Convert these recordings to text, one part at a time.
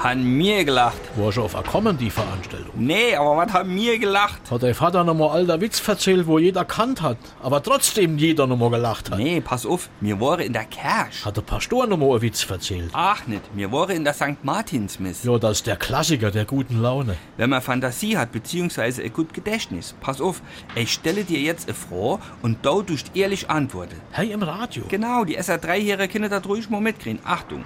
Han mir gelacht. Warst du auf einer Comedy-Veranstaltung? Nee, aber was haben mir gelacht? Hat dein Vater nochmal alter Witz erzählt, wo jeder kannt hat, aber trotzdem jeder nochmal gelacht hat? Nee, pass auf, mir war in der Kirche. Hat der Pastor nochmal einen Witz erzählt? Ach nicht, mir war in der St. Martinsmiss. Ja, das ist der Klassiker der guten Laune. Wenn man Fantasie hat, beziehungsweise ein gut Gedächtnis. Pass auf, ich stelle dir jetzt eine Frage und du tust ehrlich antworten. Hey, im Radio. Genau, die SR3-Jährige Kinder da ruhig mal mitkriegen. Achtung.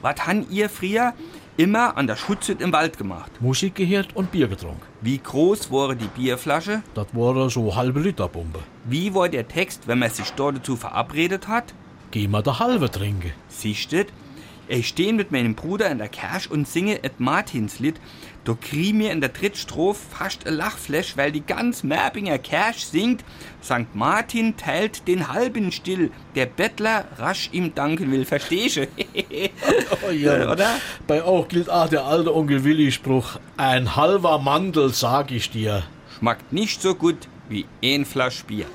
Was han ihr früher immer an der Schütze im Wald gemacht? Musik gehört und Bier getrunken. Wie groß war die Bierflasche? Das war so halbe Liter Bombe. Wie war der Text, wenn man sich dort dazu verabredet hat? Geh mal der halbe trinken. Sichtet, ich stehe mit meinem Bruder in der Kirche und singe et Martinslied. Da krieg mir in der dritten Strophe fast ein Lachflash, weil die ganz Merbinger Kirche singt, St. Martin teilt den halben still, der Bettler rasch ihm danken will. Verstehst du? Oh, ja. Oder? Bei auch gilt auch der alte Onkel Willi-Spruch. Ein halber Mandel, sag ich dir. Schmeckt nicht so gut wie ein Flasch Bier.